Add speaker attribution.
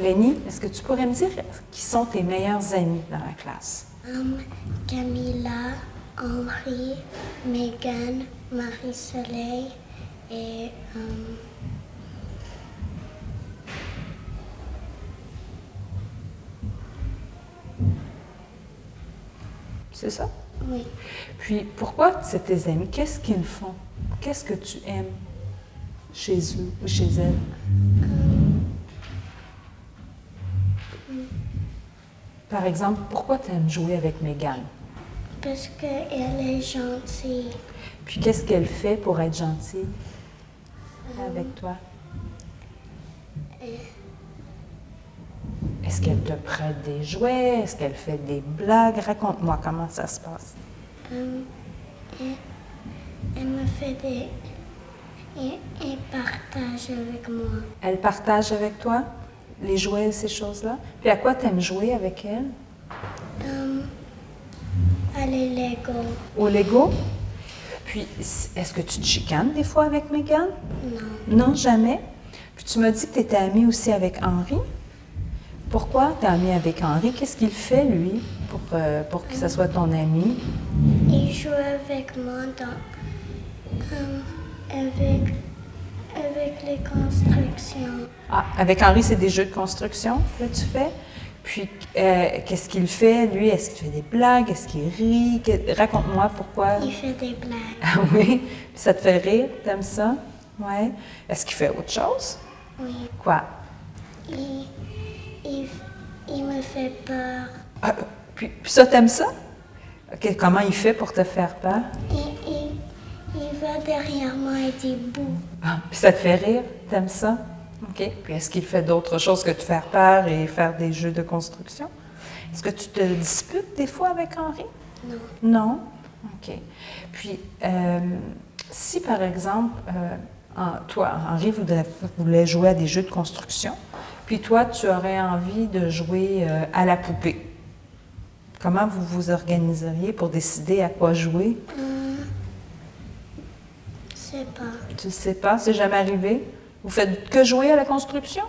Speaker 1: Lenny, est-ce que tu pourrais me dire qui sont tes meilleurs amis dans la classe?
Speaker 2: Um, Camilla, Henri, Megan, Marie-Soleil et. um,
Speaker 1: C'est ça?
Speaker 2: oui.
Speaker 1: Puis pourquoi c'est tes amis? Qu'est-ce qu'ils font? Qu'est-ce que tu aimes chez eux ou chez elles? Par exemple, pourquoi tu aimes jouer avec Megan?
Speaker 2: Parce qu'elle est gentille.
Speaker 1: Puis qu'est-ce qu'elle fait pour être gentille avec toi? Est-ce qu'elle te prête des jouets? Est-ce qu'elle fait des blagues? Raconte-moi comment ça se passe.
Speaker 2: Um, elle, elle me fait des. Et, et partage avec moi.
Speaker 1: Elle partage avec toi les jouets et ces choses-là? Puis à quoi t'aimes jouer avec elle?
Speaker 2: Um, allez, Lego.
Speaker 1: Au Lego? Puis, s- est-ce que tu te chicanes des fois avec Megan?
Speaker 2: Non.
Speaker 1: Non, jamais. Puis tu m'as dit que tu étais amie aussi avec Henri. Pourquoi tu es amie avec Henri? Qu'est-ce qu'il fait, lui, pour, euh, pour que
Speaker 2: Ah.
Speaker 1: ça soit ton ami?
Speaker 2: Il joue avec moi dans. um, avec. avec les constructions.
Speaker 1: Ah, avec Henri, c'est des jeux de construction que tu fais. Puis, euh, qu'est-ce qu'il fait, lui? Est-ce qu'il fait des blagues? Est-ce qu'il rit? Que- Raconte-moi pourquoi.
Speaker 2: Il fait des blagues.
Speaker 1: Ah oui? Puis ça te fait rire? T'aimes ça? Ouais. Est-ce qu'il fait autre chose?
Speaker 2: Oui.
Speaker 1: Quoi?
Speaker 2: Il, il, il me fait peur.
Speaker 1: Ah, puis, puis ça, t'aimes ça? Ok, comment il fait pour te faire peur?
Speaker 2: Et il, il va derrière moi et dit bouh.
Speaker 1: Ah, Puis ça te fait rire? T'aimes ça? OK. Puis est-ce qu'il fait d'autres choses que te faire peur et faire des jeux de construction? Est-ce que tu te disputes des fois avec Henri?
Speaker 2: Non.
Speaker 1: Non? OK. Puis, euh, si par exemple, euh, en- toi, Henri voudrait- voulait jouer à des jeux de construction, puis toi, tu aurais envie de jouer euh, à la poupée, comment vous vous organiseriez pour décider à quoi jouer?
Speaker 2: Hum, je sais pas.
Speaker 1: Tu sais pas, c'est jamais arrivé? Vous faites que jouer à la construction?